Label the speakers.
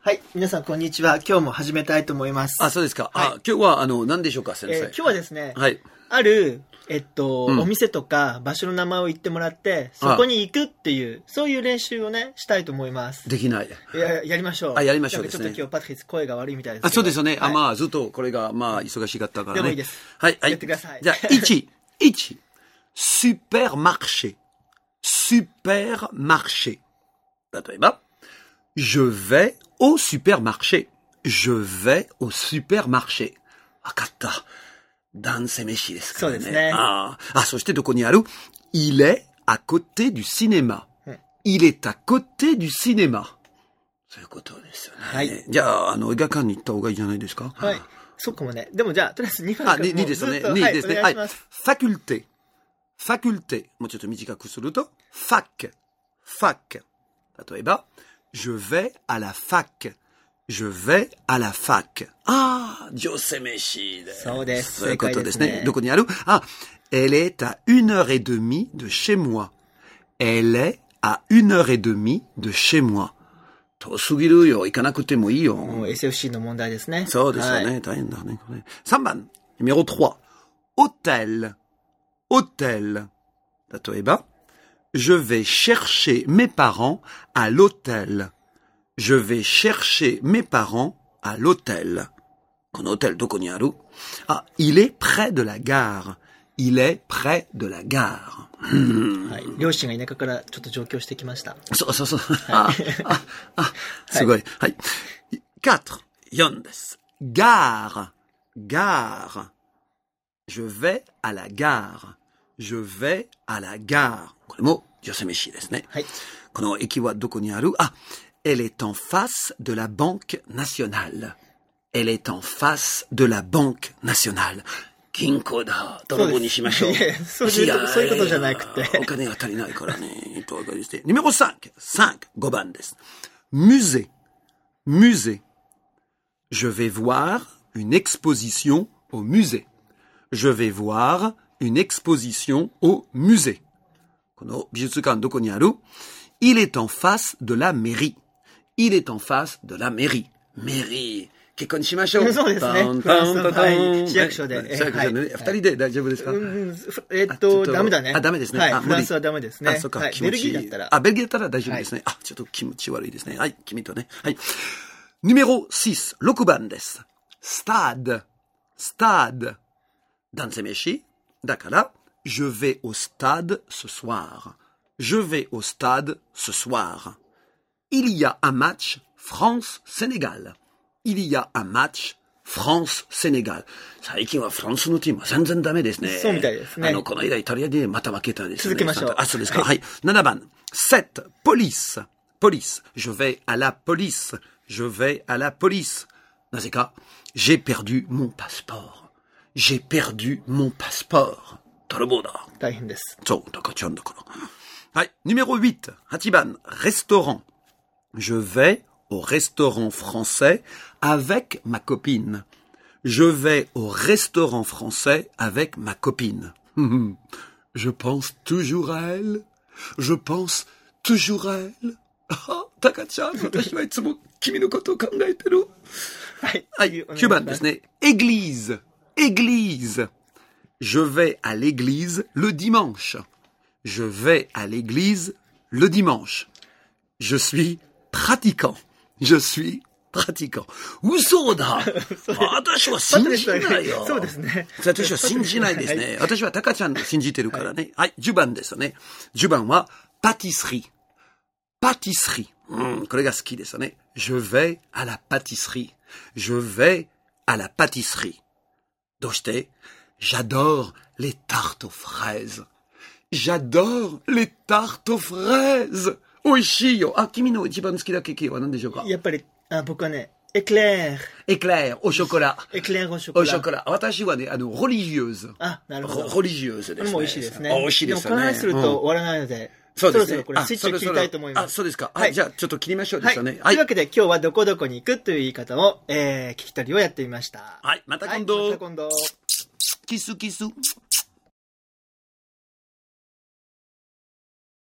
Speaker 1: はい。皆さん、こんにちは。今日も始めたいと思います。
Speaker 2: あ、そうですか。
Speaker 1: はい
Speaker 2: あ今日は、あの、何でしょうか、先
Speaker 1: えー
Speaker 2: 生。
Speaker 1: 今日はですね、
Speaker 2: はい。
Speaker 1: ある、えっと、
Speaker 2: うん
Speaker 1: お店とか場所の名前を言ってもらって、そこに行くっていう、そういう練習をね、したいと思います。
Speaker 2: できない。
Speaker 1: いや、やりましょう。
Speaker 2: あやりましょう
Speaker 1: なんか
Speaker 2: ですね
Speaker 1: ちょっと今日、パトリック声が悪いみたいですけど。
Speaker 2: あ、そうですよね。
Speaker 1: はい
Speaker 2: あ、まあ、ずっとこれが、まあ、忙しかったからね。
Speaker 1: でもいいです
Speaker 2: はい、はい。
Speaker 1: やってください
Speaker 2: じゃあ、1、1、スーパーマクシェ。スーパーマクシェ。例えば、Je vais au supermarché. Je vais au supermarché. わかった。男性飯ですからね。
Speaker 1: そうですね
Speaker 2: あーあ、そしてどこにある Il est à côté du cinéma.
Speaker 1: うん
Speaker 2: Il est à côté du cinéma. そういうことですよね。
Speaker 1: はい
Speaker 2: じゃあ、あの、映画館に行った方がいいじゃないですか。
Speaker 1: はい。そうかもね。でもじゃあ、とりあえず2番
Speaker 2: あ、
Speaker 1: から
Speaker 2: ね、
Speaker 1: も
Speaker 2: いいうですね。
Speaker 1: ずっと
Speaker 2: ね、いいですね。
Speaker 1: は。
Speaker 2: はい
Speaker 1: お
Speaker 2: い。フ
Speaker 1: 願いします
Speaker 2: ァキュルテ。ファキュルテ。もうちょっと短くすると、ファック。ファック。例えば、je vais à la fac。je vais à la fac。ああ、女性飯で。
Speaker 1: そうです
Speaker 2: そういうことで
Speaker 1: 正
Speaker 2: す
Speaker 1: 解です
Speaker 2: ね。
Speaker 1: ね
Speaker 2: どこにあるあ、elle est à une heure et demie de chez moi。elle est à une heure et demie de chez moi。遠すぎるよ。行かなくてもいいよ。
Speaker 1: もう SFC の問題ですね。
Speaker 2: そうですよね。
Speaker 1: はい
Speaker 2: 大変だね、これ。3番、numéro 3。hôtel, hôtel. 例えば、je vais chercher mes parents à l'hôtel. je vais chercher mes parents à l'hôtel. この hôtel どこにあるあ、il est près de la gare. il est près de la gare.
Speaker 1: はい。両親が田舎からちょっと上京してきました。
Speaker 2: そうそうそう。あ、あ、あ、すごい。はい。4、4です。gare, gare. Je vais à la gare. Je vais à la gare. これも、女性飯ですね。
Speaker 1: はい。
Speaker 2: この駅はどこにあるあ、elle est en face de la Banque nationale. Elle est en face de la Banque nationale. 銀行だ。泥棒にしましょう。
Speaker 1: そうですいやいやそういうことそういうことじゃなくて
Speaker 2: お金が足りないからね。として。n 5、5、5番です。musée, musée. Je vais voir une exposition au musée. Je vais voir une exposition au musée. この美術館どこにある Il est en face de la mairie. Il est en face de la mairie. mairie. 結婚しましょう。
Speaker 1: そうですね
Speaker 2: タンタンタンタン
Speaker 1: はい市役所で
Speaker 2: 市役所でね。
Speaker 1: えはい
Speaker 2: 二人で大丈夫ですか、
Speaker 1: うんうんふえっ
Speaker 2: あちょ
Speaker 1: と、
Speaker 2: っと
Speaker 1: ダメだね。
Speaker 2: あダメですね
Speaker 1: はい。
Speaker 2: あ
Speaker 1: フランスはダメですね。
Speaker 2: あ、そっか、
Speaker 1: はい
Speaker 2: 気
Speaker 1: ベ
Speaker 2: 持
Speaker 1: ルギ
Speaker 2: ち
Speaker 1: ー
Speaker 2: いい。
Speaker 1: だったら。
Speaker 2: あ、ベルギーだったら大丈夫ですね。あ、ちょっと気持ち悪いですね。はい、君とね。はい。ヌメロ6、6番です。スタード。スタード。男性名詞。だから、je vais au stade ce soir. Je vais au stade ce soir. Il y a un match France-Sénégal. Il y a un match France-Sénégal. 最近はフランスのチームは全然ダメですね。
Speaker 1: そうみたいですね
Speaker 2: あの、この間イタリアでまた負けたですね。
Speaker 1: 続けましょう
Speaker 2: あ、そうですか。はい。7番。7. Police. Police. Je vais à la police. Je vais à la police. Dans ces cas, j'ai perdu mon passeport. J'ai perdu mon passeport. 泥棒だ。
Speaker 1: 大変です。
Speaker 2: そう、だからちゃんだから。はい。numéro 8. 8番。Restaurant. Je vais au restaurant français avec ma copine. Je vais au restaurant français avec ma copine. Hum, hum. Je pense toujours à elle. Je pense toujours à elle. Ah, Taka-chan, 私はいつも君のことを考えてる。
Speaker 1: はい。
Speaker 2: はい、
Speaker 1: 次お願い
Speaker 2: 9番
Speaker 1: し
Speaker 2: で
Speaker 1: ます。
Speaker 2: すね。église, église. Je vais à l'église le dimanche. Je vais à l'église le dimanche. Je suis pratiquant. Je suis pratiquant. 嘘だ私は信じないよ
Speaker 1: そうですね。
Speaker 2: 私は信じないですね。私はタカちゃんを信じてるからね。はい、10番ですよね。10番は、パティスリー。パティスリー。うん、これが好きですよね。Je vais à la pâtisserie. Je vais à la pâtisserie. どうして J'adore les tartes aux fraises. J'adore les tartes aux fraises. 美味しいよ。あ、君の一番好きなケーキは何でしょうか
Speaker 1: やっぱり、あ僕はね、エクレ
Speaker 2: エクレア、おショコラ。
Speaker 1: ー、エクレーゴショコ
Speaker 2: お
Speaker 1: ラ。
Speaker 2: ショコラ。私はね、あの、r e l i g i e u s
Speaker 1: あ、なるほど。
Speaker 2: ホリジュー
Speaker 1: こ
Speaker 2: ズで
Speaker 1: れ
Speaker 2: す、ね。
Speaker 1: も美味しいですね。
Speaker 2: あ美味しいです
Speaker 1: もこ
Speaker 2: よね。
Speaker 1: の話すると
Speaker 2: うん
Speaker 1: 終わらないので、
Speaker 2: そう
Speaker 1: ろ
Speaker 2: ですね。
Speaker 1: そろこれ
Speaker 2: あ
Speaker 1: スイッチを
Speaker 2: そ
Speaker 1: 切り
Speaker 2: ろそろ
Speaker 1: たいと思いま
Speaker 2: あ、
Speaker 1: す。
Speaker 2: そうですか。
Speaker 1: は
Speaker 2: はいい。じゃあ、ちょっと切りましょうで
Speaker 1: は
Speaker 2: し
Speaker 1: い。
Speaker 2: た
Speaker 1: と
Speaker 2: ね。
Speaker 1: いうわけで今日はどこどこに行くという言い方を、えー聞き取りをやってみました。
Speaker 2: はいまた今
Speaker 1: はい
Speaker 2: 度
Speaker 1: また今度。
Speaker 2: キスキス。